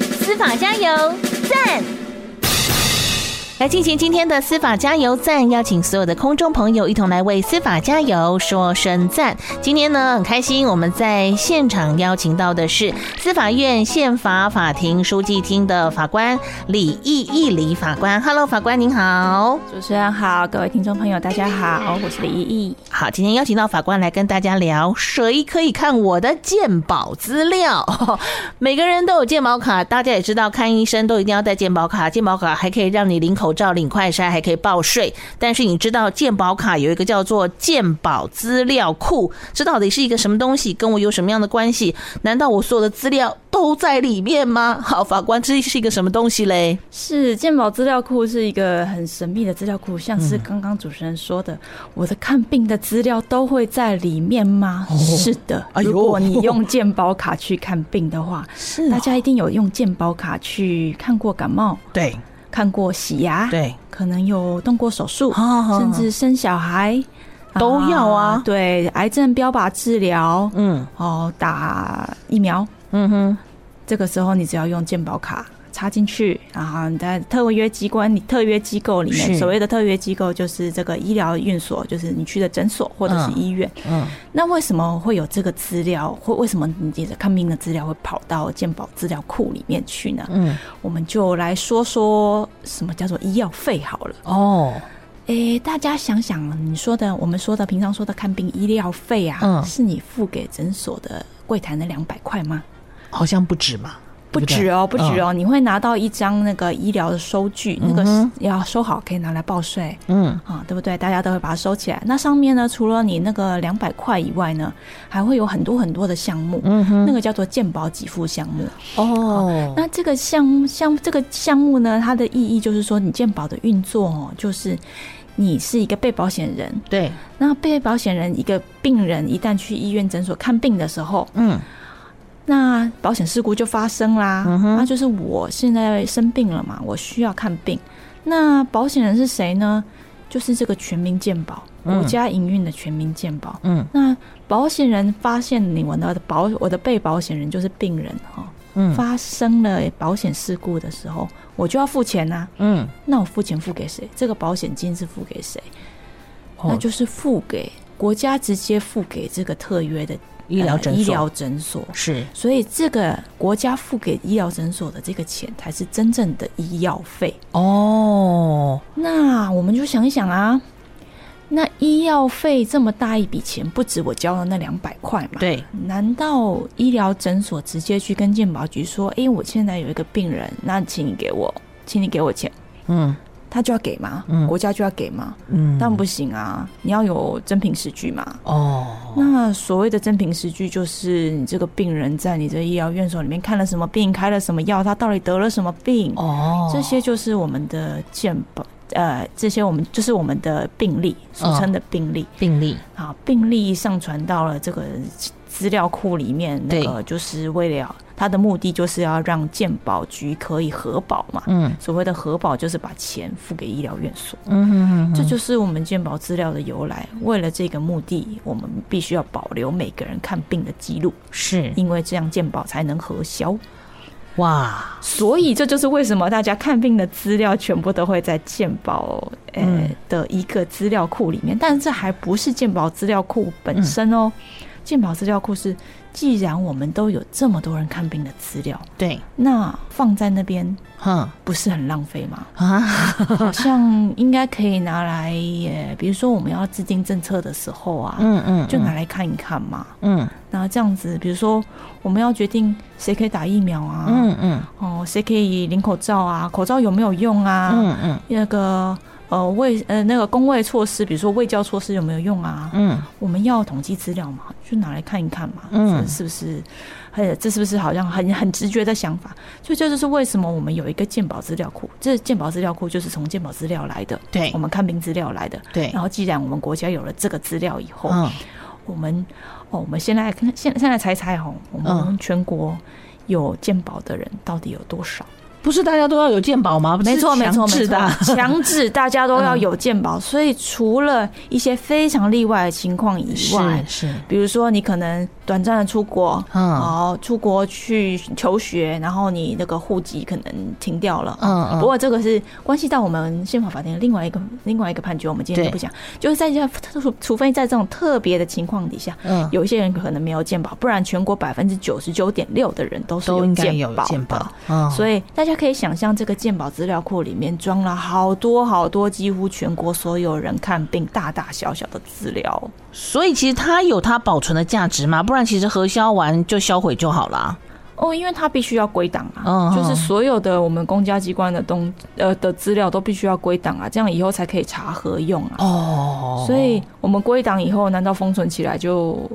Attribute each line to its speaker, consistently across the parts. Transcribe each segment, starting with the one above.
Speaker 1: 司法加油，赞！来进行今天的司法加油站，邀请所有的空中朋友一同来为司法加油说声赞。今天呢很开心，我们在现场邀请到的是司法院宪法法庭书记厅的法官李义义李法官。Hello，法官您好。
Speaker 2: 主持人好，各位听众朋友大家好，我是李依依。
Speaker 1: 好，今天邀请到法官来跟大家聊，谁可以看我的健保资料？ 每个人都有健保卡，大家也知道，看医生都一定要带健保卡，健保卡还可以让你领口罩、领快筛，还可以报税。但是你知道健保卡有一个叫做健保资料库，这到底是一个什么东西？跟我有什么样的关系？难道我所有的资料都在里面吗？好，法官，这是一个什么东西嘞？
Speaker 2: 是鉴宝资料库是一个很神秘的资料库，像是刚刚主持人说的，嗯我的看病的资料都会在里面吗？是的，
Speaker 1: 哎呦
Speaker 2: 如果你用鉴宝卡去看病的 话，
Speaker 1: 是啊
Speaker 2: 大家一定有用鉴宝卡去看过感冒，
Speaker 1: 对
Speaker 2: 看过洗牙，
Speaker 1: 对，
Speaker 2: 可能有动过手 术，
Speaker 1: 哦
Speaker 2: 甚至生小孩
Speaker 1: 都要啊
Speaker 2: 对，癌症标靶治疗，
Speaker 1: 嗯
Speaker 2: 哦，打疫苗，
Speaker 1: 嗯哼，
Speaker 2: 这个时候你只要用健保卡插进去，然后你在特约机关、你特约机构里面，
Speaker 1: 是
Speaker 2: 所谓的特约机构就是这个医疗院所，就是你去的诊所或者是医院。
Speaker 1: 嗯。
Speaker 2: 那为什么会有这个资料？或为什么你的看病的资料会跑到健保资料库里面去呢？
Speaker 1: 嗯
Speaker 2: 我们就来说说什么叫做医药费好了。
Speaker 1: 哦，
Speaker 2: 诶、大家想想，你说的，我们说的，平常说的看病医疗费啊，
Speaker 1: 嗯
Speaker 2: 是你付给诊所的柜台那两百块吗？
Speaker 1: 好像不止嘛，
Speaker 2: 不
Speaker 1: 对对
Speaker 2: 止哦，不止哦，你会拿到一张那个医疗的收据，那个
Speaker 1: 嗯
Speaker 2: 是要收好，可以拿来报税
Speaker 1: 嗯，
Speaker 2: 啊，对不对？大家都会把它收起来。那上面呢，除了你那个两百块以外呢，还会有很多很多的项目，
Speaker 1: 嗯
Speaker 2: 那个叫做健保给付项目。
Speaker 1: 哦，
Speaker 2: 那这个项目项这个项目呢，它的意义就是说，你健保的运作哦，就是你是一个被保险人，
Speaker 1: 对，
Speaker 2: 那被保险人一个病人一旦去医院诊所看病的时候，
Speaker 1: 嗯
Speaker 2: 那保险事故就发生啦。
Speaker 1: 嗯哼
Speaker 2: 那就是我现在生病了嘛，我需要看病。那保险人是谁呢？就是这个全民健保，
Speaker 1: 嗯
Speaker 2: 国家营运的全民健保。
Speaker 1: 嗯
Speaker 2: 那保险人发现你我的保我的被保险人就是病人哈、
Speaker 1: 嗯
Speaker 2: 发生了保险事故的时候，我就要付钱呐、
Speaker 1: 嗯，
Speaker 2: 那我付钱付给谁？这个保险金是付给谁？
Speaker 1: 哦
Speaker 2: 那就是付给国家，直接付给这个特约的
Speaker 1: 哦医疗诊
Speaker 2: 呃
Speaker 1: 所
Speaker 2: 医疗诊所。
Speaker 1: 是
Speaker 2: 所以这个国家付给医疗诊所的这个钱才是真正的医药费。
Speaker 1: 哦，
Speaker 2: 那我们就想一想啊，那医药费这么大一笔钱，不止我交了那两百块嘛？。
Speaker 1: 对，
Speaker 2: 难道医疗诊所直接去跟健保局说：“诶，我现在有一个病人，那请你给我，请你给我钱。
Speaker 1: 嗯”
Speaker 2: 他就要给吗？
Speaker 1: 嗯
Speaker 2: 国家就要给吗？
Speaker 1: 嗯，
Speaker 2: 当然不行啊！你要有真凭实据嘛。
Speaker 1: 哦，
Speaker 2: 那所谓的真凭实据，就是你这个病人在你这医疗院所里面看了什么病，开了什么药，他到底得了什么病，
Speaker 1: 哦，
Speaker 2: 这些就是我们的健保，呃，这些我们就是我们的病例，俗称的病例
Speaker 1: 病例，
Speaker 2: 啊，病例上传到了这个资料库里面，那
Speaker 1: 对
Speaker 2: 个就是为了它的目的就是要让健保局可以核保嘛。
Speaker 1: 嗯
Speaker 2: 所谓的核保就是把钱付给医疗院所，
Speaker 1: 嗯嗯
Speaker 2: 这就是我们健保资料的由来。为了这个目的，我们必须要保留每个人看病的记录，
Speaker 1: 是
Speaker 2: 因为这样健保才能核销。
Speaker 1: 哇，
Speaker 2: 所以这就是为什么大家看病的资料全部都会在健保呃、
Speaker 1: 嗯
Speaker 2: 的一个资料库里面，但这还不是健保资料库本身哦。
Speaker 1: 嗯
Speaker 2: 健保资料库是，既然我们都有这么多人看病的资料，
Speaker 1: 对，
Speaker 2: 那放在那边
Speaker 1: 哼
Speaker 2: 不是很浪费吗？
Speaker 1: 啊，
Speaker 2: 好像应该可以拿来，呃，比如说我们要制定政策的时候啊，
Speaker 1: 嗯嗯，
Speaker 2: 就拿来看一看嘛。
Speaker 1: 嗯
Speaker 2: 那这样子，比如说我们要决定谁可以打疫苗啊，
Speaker 1: 嗯嗯
Speaker 2: 哦，谁可以领口罩啊，口罩有没有用啊？
Speaker 1: 嗯嗯
Speaker 2: 那个呃卫呃那个工卫措施，比如说卫教措施有没有用啊？
Speaker 1: 嗯
Speaker 2: 我们要统计资料嘛，就拿来看一看嘛，
Speaker 1: 嗯
Speaker 2: 这是不是？呃，这是不是好像很很直觉的想法？所以这就是为什么我们有一个鉴宝资料库，这鉴宝资料库就是从鉴宝资料来的，
Speaker 1: 对
Speaker 2: 我们看病资料来的。
Speaker 1: 对
Speaker 2: 然，后，既然我们国家有了这个资料以后，
Speaker 1: 嗯
Speaker 2: 我们哦，我们现在看，现现在猜猜哦，我
Speaker 1: 嗯
Speaker 2: 们全国有鉴宝的人到底有多少？
Speaker 1: 不是大家都要有健保吗？
Speaker 2: 没错，没错，没
Speaker 1: 是
Speaker 2: 错
Speaker 1: 的，，
Speaker 2: 强制大家都要有健保，所以除了一些非常例外的情况以外
Speaker 1: 嗯是，是，
Speaker 2: 比如说你可能短暂的出国，
Speaker 1: 嗯
Speaker 2: 哦，出国去求学，然后你那个户籍可能停掉了。
Speaker 1: 嗯嗯，
Speaker 2: 不过这个是关系到我们宪法法庭的另外一个另外一个判决，我们今天
Speaker 1: 对
Speaker 2: 就不讲。就是在这样除除非在这种特别的情况底下，
Speaker 1: 嗯
Speaker 2: 有一些人可能没有健保，不然全国百分之九十九点六的人都是
Speaker 1: 都应该有
Speaker 2: 保
Speaker 1: 健
Speaker 2: 的
Speaker 1: 保。，嗯，
Speaker 2: 所以大家可以想象，这个健保资料库里面装了好多好多，几乎全国所有人看病大大小小的资料。
Speaker 1: 所以其实它有它保存的价值嘛，不然其实核销完就销毁就好啦。
Speaker 2: 哦，因为它必须要归档
Speaker 1: 嗯
Speaker 2: 啊，
Speaker 1: 嗯
Speaker 2: 就是所有的我们公家机关的东呃的资料都必须要归档啊，这样以后才可以查核用啊。
Speaker 1: 哦
Speaker 2: 所以我们归档以后，难道封存起来就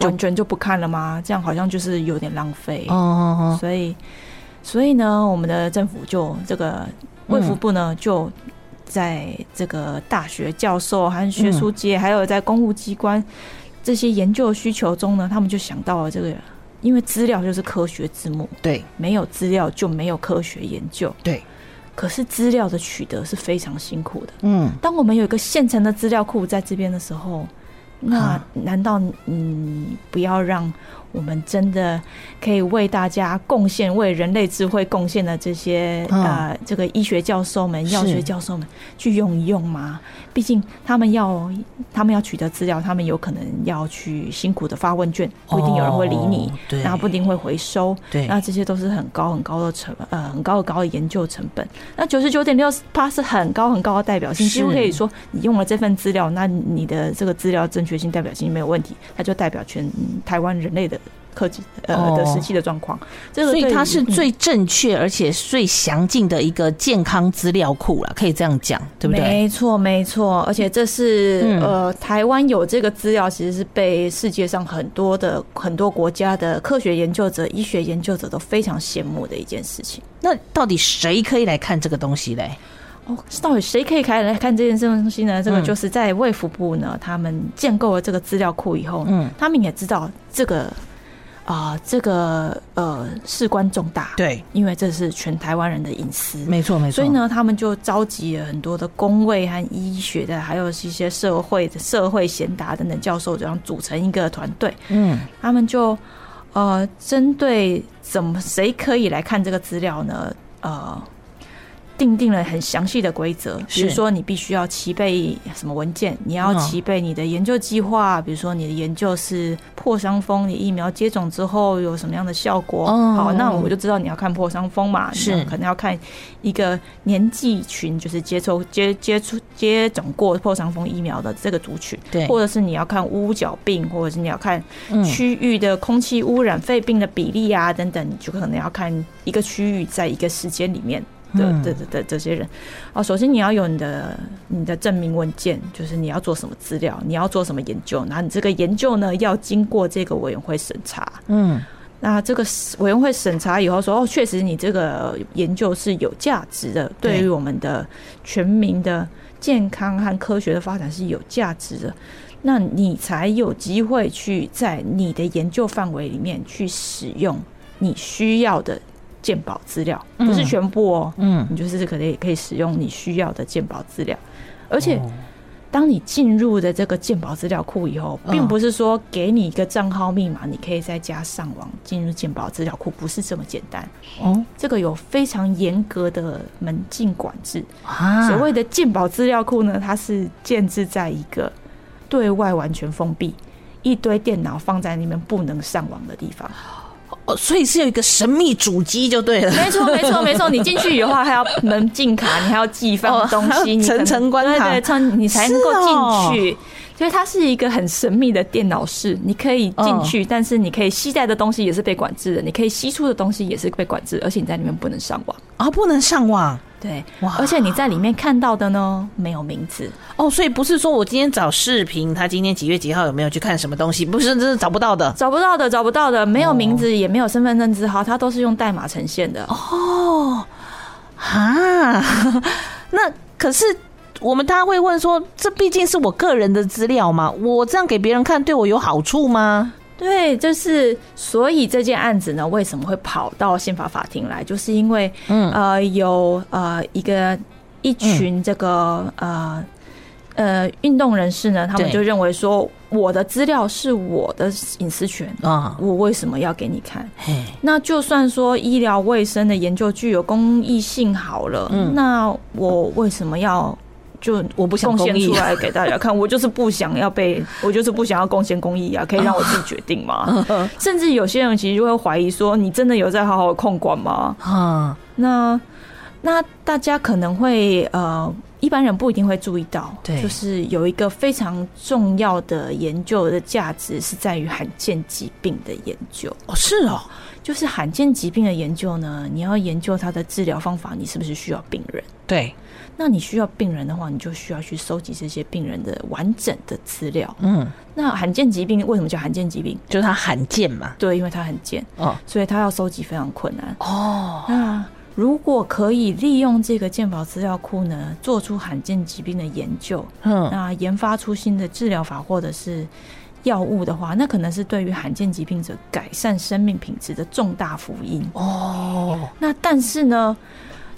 Speaker 2: 完全就不看了吗？这样好像就是有点浪费。
Speaker 1: 哦哦
Speaker 2: 所以，所以呢，我们的政府就这个卫福部呢，就在这个大学教授和学术界，
Speaker 1: 嗯
Speaker 2: 还有在公务机关这些研究需求中呢，他们就想到了这个，因为资料就是科学之母，
Speaker 1: 对
Speaker 2: 没有资料就没有科学研究。
Speaker 1: 对，
Speaker 2: 可是资料的取得是非常辛苦的。
Speaker 1: 嗯，
Speaker 2: 当我们有一个现成的资料库在这边的时候，那
Speaker 1: 啊
Speaker 2: 难道嗯不要让我们真的可以为大家贡献、为人类智慧贡献的这些
Speaker 1: 嗯
Speaker 2: 啊、这个医学教授们、
Speaker 1: 是
Speaker 2: 药学教授们去用一用吗？毕竟他们要他们要取得资料，他们有可能要去辛苦的发问卷，不一定有人会理你，
Speaker 1: 哦，对，
Speaker 2: 那、不一定会回收。
Speaker 1: 对，
Speaker 2: 那这些都是很高很高的成呃很高很高的研究成本。那九十九点六八是很高很高的代表性，
Speaker 1: 是
Speaker 2: 几乎可以说你用了这份资料，那你的这个资料正确性、代表性没有问题，它就代表全嗯台湾人类的科技
Speaker 1: 哦
Speaker 2: 呃的实际的状况。这个
Speaker 1: 所以
Speaker 2: 对于
Speaker 1: 它是
Speaker 2: 嗯
Speaker 1: 最正确而且最详尽的一个健康资料库啦，可以这样讲，对不对？
Speaker 2: 没错，没错，而且这是、
Speaker 1: 嗯
Speaker 2: 呃，台湾有这个资料，其实是被世界上很多的很多国家的科学研究者、医学研究者都非常羡慕的一件事情。
Speaker 1: 那到底谁可以来看这个东西嘞？
Speaker 2: 哦，到底谁可以开来看这件事东西呢？这个
Speaker 1: 嗯
Speaker 2: 就是在卫福部呢，他们建构了这个资料库以后，
Speaker 1: 嗯，
Speaker 2: 他们也知道这个啊、这个呃事关重大，，
Speaker 1: 对，
Speaker 2: 因为这是全台湾人的隐私。
Speaker 1: 没错没错。
Speaker 2: 所以，呢，他们就召集了很多的工位和医学的，还有一些社会的社会贤达等等教授，这样组成一个团队，
Speaker 1: 嗯，
Speaker 2: 他们就呃针对怎么谁可以来看这个资料呢？呃，定定了很详细的规则，比如
Speaker 1: 是
Speaker 2: 说你必须要齐备什么文件，你要
Speaker 1: 嗯
Speaker 2: 齐备你的研究计划，比如说你的研究是破伤风，你疫苗接种之后有什么样的效果？
Speaker 1: 哦
Speaker 2: 好，那我就知道你要看破伤风嘛，
Speaker 1: 是
Speaker 2: 那可能要看一个年纪群，就是接触接接触接种过破伤风疫苗的这个族群，
Speaker 1: 对，
Speaker 2: 或者是你要看乌角病，或者是你要看
Speaker 1: 嗯
Speaker 2: 区域的空气污染肺病的比例啊等等，你就可能要看一个区域在一个时间里面的
Speaker 1: 嗯
Speaker 2: 的的的这些人。哦，首先你要有你的你的证明文件，就是你要做什么资料，你要做什么研究，然后你这个研究呢要经过这个委员会审查。
Speaker 1: 嗯
Speaker 2: 那这个委员会审查以后说，哦，确实你这个研究是有价值的，
Speaker 1: 对
Speaker 2: 对于我们的全民的健康和科学的发展是有价值的。那你才有机会去在你的研究范围里面去使用你需要的鉴宝资料，
Speaker 1: 嗯
Speaker 2: 不是全部哦，
Speaker 1: 嗯，
Speaker 2: 你就是可以可以使用你需要的鉴宝资料，而
Speaker 1: 而
Speaker 2: 且当你进入的这个鉴宝资料库以后，
Speaker 1: 嗯
Speaker 2: 并不是说给你一个账号密码，你可以在家上网进入鉴宝资料库，不是这么简单。
Speaker 1: 哦
Speaker 2: 这个有非常严格的门禁管制。
Speaker 1: 啊，
Speaker 2: 所谓的鉴宝资料库呢，它是建制在一个对外完全封闭、一堆电脑放在里面不能上网的地方。
Speaker 1: 哦，所以是有一个神秘主机就 对了。
Speaker 2: 没错，没错，没错。你进去以后还要门禁卡，你还要寄
Speaker 1: 哦
Speaker 2: 放东
Speaker 1: 还要
Speaker 2: 西，你
Speaker 1: 层
Speaker 2: 可能
Speaker 1: 层关卡
Speaker 2: 对对，层你才能
Speaker 1: 是哦
Speaker 2: 够进去。所以它是一个很神秘的电脑室，你可以进去，但是你可以携带的东西也是被管制的，你可以吸出的东西也是被管制，而且你在里面不能上网。
Speaker 1: 啊，不能上网
Speaker 2: 对，
Speaker 1: 哇
Speaker 2: 而且你在里面看到的呢，没有名字，
Speaker 1: 哦，所以不是说我今天找视频，他今天几月几号有没有去看什么东西，不是，这是找不到的
Speaker 2: 找不到的，找不到的，没有名字，也没有身份证字号，它都是用代码呈现的。
Speaker 1: 哦啊。 那可是我们大家会问说，这毕竟是我个人的资料嘛，我这样给别人看对我有好处吗？
Speaker 2: 对，就是所以这件案子呢，为什么会跑到宪法法庭来，就是因为，
Speaker 1: 嗯
Speaker 2: 呃，有呃一个一群这个、呃呃运动人士呢，他们
Speaker 1: 对
Speaker 2: 就认为说，我的资料是我的隐私权，
Speaker 1: 啊，
Speaker 2: 我为什么要给你看？
Speaker 1: 嘿，
Speaker 2: 那就算说医疗卫生的研究具有公益性好了，
Speaker 1: 嗯
Speaker 2: 那我为什么要就
Speaker 1: 我不想
Speaker 2: 贡献
Speaker 1: 公益
Speaker 2: 出来给大
Speaker 1: 嗯
Speaker 2: 家 看？我就是不想要被，我就是不想要贡献公益啊，可以让我自己决定
Speaker 1: 嗯
Speaker 2: 吗？甚至有些人其实就会怀疑说，你真的有在好好控管吗？
Speaker 1: 啊，
Speaker 2: 那那大家可能会呃，一般人不一定会注意到，
Speaker 1: 对
Speaker 2: 就是有一个非常重要的研究的价值是在于罕见疾病的研究。
Speaker 1: 哦，是哦，
Speaker 2: 就是罕见疾病的研究呢，你要研究它的治疗方法，你是不是需要病人？
Speaker 1: 对，
Speaker 2: 那你需要病人的话，你就需要去收集这些病人的完整的资料。
Speaker 1: 嗯，
Speaker 2: 那罕见疾病为什么叫罕见疾病？
Speaker 1: 就是它罕见嘛，
Speaker 2: 对，因为它很贱，
Speaker 1: 哦，
Speaker 2: 所以它要收集非常困难。
Speaker 1: 哦，
Speaker 2: 那如果可以利用这个健保资料库呢，做出罕见疾病的研究，
Speaker 1: 嗯，
Speaker 2: 那研发出新的治疗法或者是药物的话，那可能是对于罕见疾病者改善生命品质的重大福音。
Speaker 1: 哦，
Speaker 2: 那但是呢，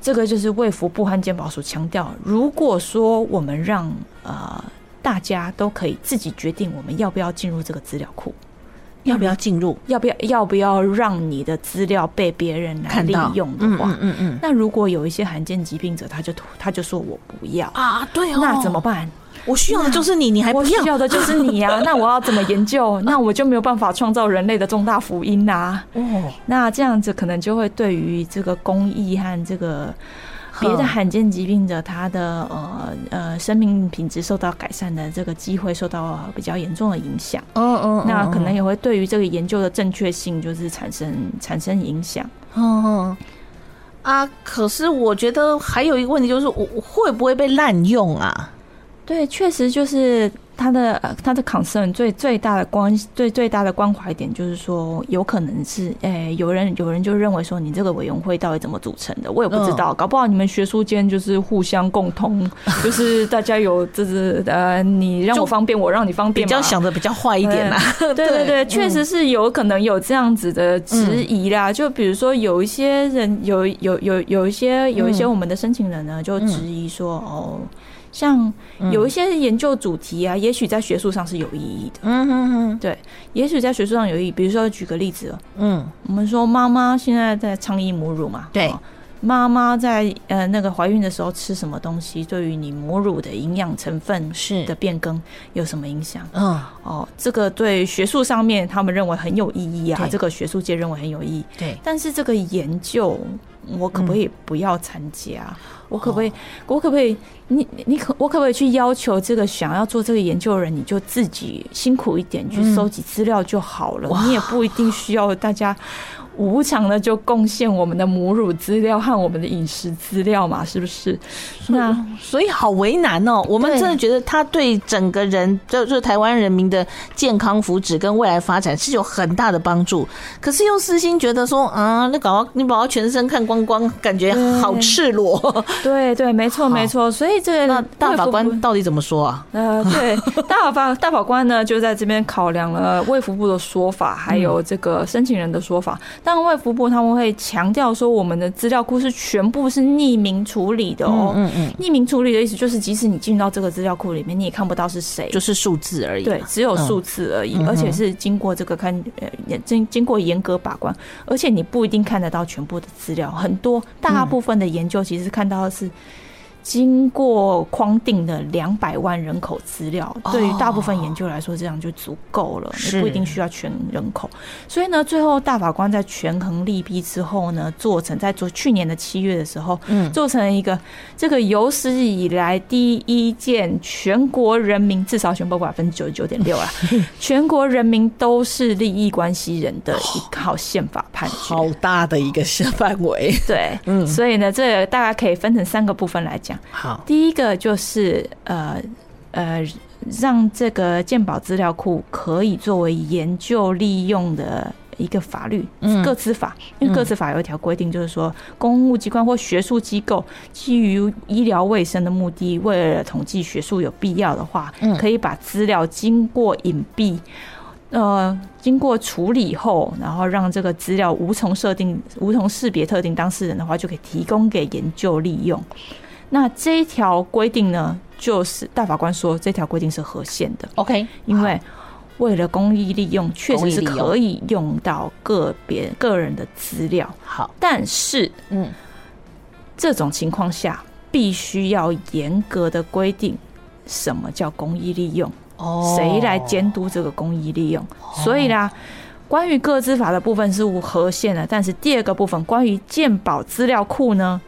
Speaker 2: 这个就是卫福部和健保署强调，如果说我们让呃大家都可以自己决定我们要不要进入这个资料库，
Speaker 1: 要不要进入？
Speaker 2: 要不要要不要让你的资料被别人来
Speaker 1: 看
Speaker 2: 利
Speaker 1: 到
Speaker 2: 用的
Speaker 1: 嗯
Speaker 2: 话，
Speaker 1: 嗯嗯嗯，
Speaker 2: 那如果有一些罕见疾病者，他就他就说我不要，
Speaker 1: 啊，对哦，
Speaker 2: 那怎么？办？
Speaker 1: 我需要的就是你，你还不
Speaker 2: 我需
Speaker 1: 要？
Speaker 2: 要的就是你 啊！那我要怎么研究？那我就没有办法创造人类的重大福音呐、
Speaker 1: 哦，
Speaker 2: 那这样子可能就会对于这个公益和这个别的罕见疾病者，他的呃呃生命品质受到改善的这个机会受到比较严重的影响。
Speaker 1: 嗯嗯，
Speaker 2: 那可能
Speaker 1: 嗯
Speaker 2: 也会对于这个研究的正确性就是产生产生影响。
Speaker 1: 嗯嗯啊，可是我觉得还有一个问题就是，我我会不会被滥用啊？
Speaker 2: 对，确实就是他的呃他的 concern 最最大的关最最大的关怀点就是说，有可能是诶、有人有人就认为说你这个委员会到底怎么组成的，我也不知
Speaker 1: 嗯
Speaker 2: 道，搞不好你们学术间就是互相共通，就是大家有这是呃你让
Speaker 1: 就
Speaker 2: 我方便，我让你方
Speaker 1: 比
Speaker 2: 便嘛，
Speaker 1: 较想的比较坏一点啦、
Speaker 2: 对对对，
Speaker 1: 嗯
Speaker 2: 确实是有可能有这样子的质疑啦。就比如说有一些人，有有有有一些有一些
Speaker 1: 嗯
Speaker 2: 我们的申请人呢，就质疑说，哦，像
Speaker 1: 嗯
Speaker 2: 有一些研究主题啊，也许在学术上是有意义的，
Speaker 1: 嗯嗯
Speaker 2: 也许在学术上有意义。比如说举个例子哦，
Speaker 1: 嗯嗯，
Speaker 2: 我们说妈妈现在在倡议母乳嘛，
Speaker 1: 对
Speaker 2: 哦。妈妈在呃那个怀孕的时候吃什么东西，对于你母乳的营养成分
Speaker 1: 是
Speaker 2: 的，变更有什么影响？
Speaker 1: 嗯，
Speaker 2: 哦，这个对学术上面他们认为很有意义啊
Speaker 1: 对，
Speaker 2: 这个学术界认为很有意义，
Speaker 1: 对，
Speaker 2: 但是这个研究我可不
Speaker 1: 嗯
Speaker 2: 可以不要参加？我可不可
Speaker 1: 哦
Speaker 2: 以？我可不可以？你你可我可不可以去要求这个想要做这个研究的人，你就自己辛苦一点去
Speaker 1: 嗯
Speaker 2: 收集资料就好了，
Speaker 1: 哇
Speaker 2: 你也不一定需要大家。无偿的就贡献我们的母乳资料和我们的饮食资料嘛，是不是？那
Speaker 1: 所以好为难哦。我们
Speaker 2: 对
Speaker 1: 真的觉得他对整个人，就就是台湾人民的健康福祉跟未来发展是有很大的帮助。可是又私心觉得说啊，那搞到你把他全身看光光，感觉
Speaker 2: 对
Speaker 1: 好赤 裸。
Speaker 2: 对对，没错没
Speaker 1: 好
Speaker 2: 错。所以这个
Speaker 1: 那大
Speaker 2: 卫
Speaker 1: 法
Speaker 2: 福部
Speaker 1: 官到底怎么说啊？
Speaker 2: 呃，对，大法大法官呢就在这边考量了卫福部的说法，还
Speaker 1: 嗯
Speaker 2: 有这个申请人的说法。但卫福部他们会强调说，我们的资料库是全部是匿名处理的哦。
Speaker 1: 嗯嗯，
Speaker 2: 匿名处理的意思就是，即使你进到这个资料库里面，你也看不到是谁。
Speaker 1: 就是数字而已。
Speaker 2: 对，，只有数字而已，
Speaker 1: 嗯嗯哼
Speaker 2: 而且是经过这个看呃经经过严格把关，而且你不一定看得到全部的资料，很多大部分的研究其实看到的是。经过框定的两百万人口资料，
Speaker 1: 哦
Speaker 2: 对于大部分研究来说，这样就足够了，
Speaker 1: 是
Speaker 2: 你不一定需要全人口。所以呢，最后大法官在权衡利弊之后呢，做成在做去年的七月的时候，
Speaker 1: 嗯，
Speaker 2: 做成一个这个有史以来第一件全国人民至少全国百分之九十九点六啦，全国人民都是利益关系人的一套宪法判决。
Speaker 1: 大的一个范围。
Speaker 2: 对，
Speaker 1: 嗯，
Speaker 2: 所以呢，这大概可以分成三个部分来讲。
Speaker 1: 好，
Speaker 2: 第一个就是呃呃，让这个鉴宝资料库可以作为研究利用的一个法律，
Speaker 1: 嗯
Speaker 2: 各自法，因为各自法有一条规定，就是说公务机关或学术机构基于医疗卫生的目的，为了统计学术有必要的话
Speaker 1: 嗯，
Speaker 2: 可以把资料经过隐蔽。呃，经过处理后，然后让这个资料无从设定、无从识别特定当事人的话，就可以提供给研究利用。那这一条规定呢，就是大法官说这条规定是合宪的，
Speaker 1: OK，
Speaker 2: 因为为了公益利用，确实是
Speaker 1: 公益利用
Speaker 2: 可以用到个别个人的资料，
Speaker 1: 好，
Speaker 2: 但是
Speaker 1: 嗯，
Speaker 2: 这种情况下，必须要严格的规定什么叫公益利用，
Speaker 1: 哦
Speaker 2: 谁来监督这个公益利用。所以啦，关于个资法的部分是无合宪的，但是第二个部分关于鉴宝资料库呢？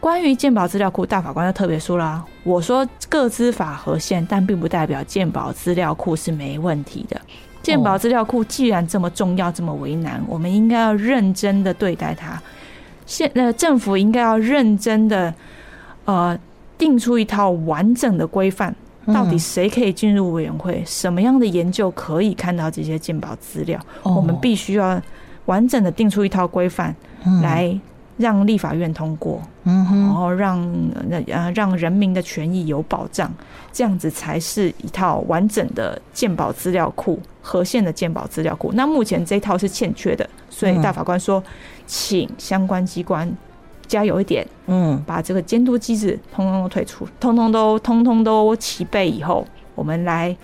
Speaker 2: 关于鉴宝资料库，大法官就特别说啦，我说个资法合宪，但并不代表鉴宝资料库是没问题的。鉴宝资料库既然这么重要，这么为难，我们应该要认真的对待它。现呃，政府应该要认真的呃，定出一套完整的规范，
Speaker 1: 嗯
Speaker 2: 到底谁可以进入委员会？什么样的研究可以看到这些鉴宝资料？
Speaker 1: 哦
Speaker 2: 我们必须要完整的定出一套规范，来让立法院通过，
Speaker 1: 嗯哼
Speaker 2: 然后让呃呃让人民的权益有保障，这样子才是一套完整的鉴宝资料库，和宪的鉴宝资料库。那目前这一套是欠缺的，所以
Speaker 1: 嗯
Speaker 2: 大法官说，请相关机关加油一点。
Speaker 1: 嗯
Speaker 2: 把这个监督机制通通都退出，通通都通通都齐备以后，我们来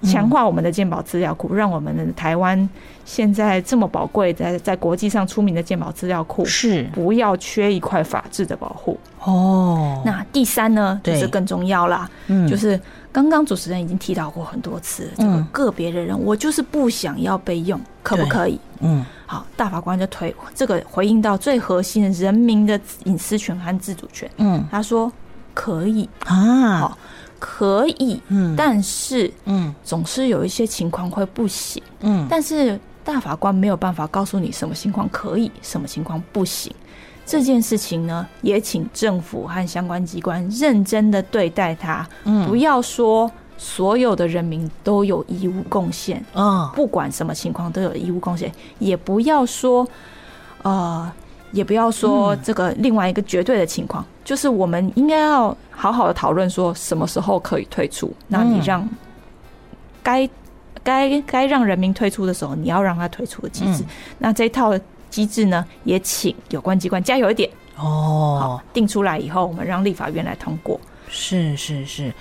Speaker 1: 嗯
Speaker 2: 强化我们的鉴宝资料库，让我们的台湾现在这么宝贵，在在国际上出名的鉴宝资料库，
Speaker 1: 是
Speaker 2: 不要缺一块法治的保护。
Speaker 1: 哦，
Speaker 2: 那第三呢，就
Speaker 1: 对
Speaker 2: 是更重要啦，
Speaker 1: 嗯
Speaker 2: 就是刚刚主持人已经提到过很多次，这个
Speaker 1: 嗯
Speaker 2: 个别的人，我就是不想要被用，可不
Speaker 1: 对
Speaker 2: 可以？
Speaker 1: 嗯
Speaker 2: 好，大法官就推这个回应到最核心的人民的隐私权和自主权。
Speaker 1: 嗯
Speaker 2: 他说可以，
Speaker 1: 啊
Speaker 2: 好可以，
Speaker 1: 嗯
Speaker 2: 但是
Speaker 1: 嗯
Speaker 2: 总是有一些情况会不行。
Speaker 1: 嗯
Speaker 2: 但是大法官没有办法告诉你什么情况可以，什么情况不行。这件事情呢，也请政府和相关机关认真的对待它，
Speaker 1: 嗯
Speaker 2: 不要说所有的人民都有义务贡献，
Speaker 1: 哦
Speaker 2: 不管什么情况都有义务贡献，也不要说，呃，也不要说这个另外一个绝对的情况，就是我们应该要好好的讨论说什么时候可以退出。那你让该该该让人民退出的时候，你要让他退出的机制。
Speaker 1: 嗯
Speaker 2: 那这一套机制呢，也请有关机关加油一点，
Speaker 1: 哦
Speaker 2: 好，定出来以后，我们让立法院来通过。
Speaker 1: 是是是，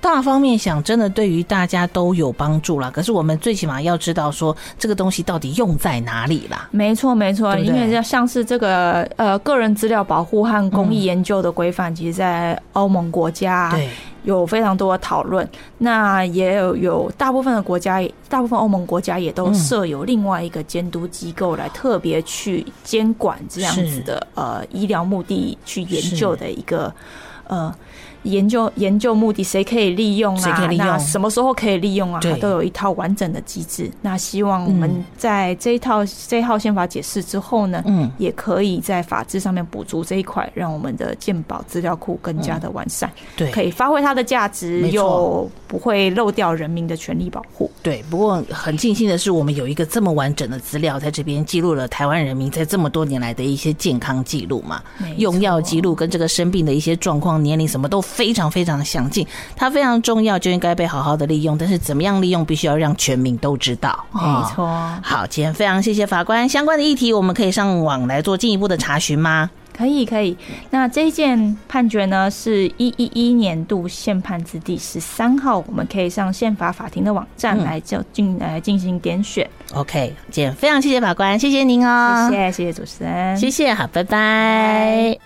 Speaker 1: 大方面想，真的对于大家都有帮助啦。可是我们最起码要知道说这个东西到底用在哪里啦。
Speaker 2: 没错，没错，
Speaker 1: 对不
Speaker 2: 因
Speaker 1: 对
Speaker 2: 为像是这个呃个人资料保护和公益研究的规范，其实，在欧盟国
Speaker 1: 嗯
Speaker 2: 家啊
Speaker 1: 对，
Speaker 2: 有非常多的讨论。那也有有大部分的国家，大部分欧盟国家也都
Speaker 1: 嗯
Speaker 2: 设有另外一个监督机构来特别去监管这样子的呃医疗目的去研究的一个呃。研究研究目的，谁可以利用
Speaker 1: 谁
Speaker 2: 啊？
Speaker 1: 可以利用
Speaker 2: 那什么时候可以利用啊？
Speaker 1: 对
Speaker 2: 它都有一套完整的机制。那希望我们
Speaker 1: 嗯
Speaker 2: 在这一套、这一套宪法解释之后呢，
Speaker 1: 嗯，
Speaker 2: 也可以在法制上面补足这一块，让我们的鉴宝资料库更
Speaker 1: 嗯
Speaker 2: 加的完善，可
Speaker 1: 对
Speaker 2: 以发挥它的价值，
Speaker 1: 没错
Speaker 2: 又不会漏掉人民的权利保护。
Speaker 1: 对。不过很庆幸的是，我们有一个这么完整的资料在这边记录了台湾人民在这么多年来的一些健康记录嘛。
Speaker 2: 没错
Speaker 1: 用药记录跟这个生病的一些状况、年龄什么都非常非常的详尽，它非常重要，就应该被好好的利用。但是怎么样利用，必须要让全民都知道。
Speaker 2: 没
Speaker 1: 哦
Speaker 2: 错。
Speaker 1: 好，今天非常谢谢法官。相关的议题，我们可以上网来做进一步的查询吗？
Speaker 2: 可以可以。那这一件判决呢，是一一一年度宪判字第十三号，我们可以上宪法法庭的网站
Speaker 1: 嗯
Speaker 2: 来就进来进行点选。
Speaker 1: OK，今天非常谢谢法官，谢谢您哦，
Speaker 2: 谢谢谢谢主持人，
Speaker 1: 谢谢，好，拜拜。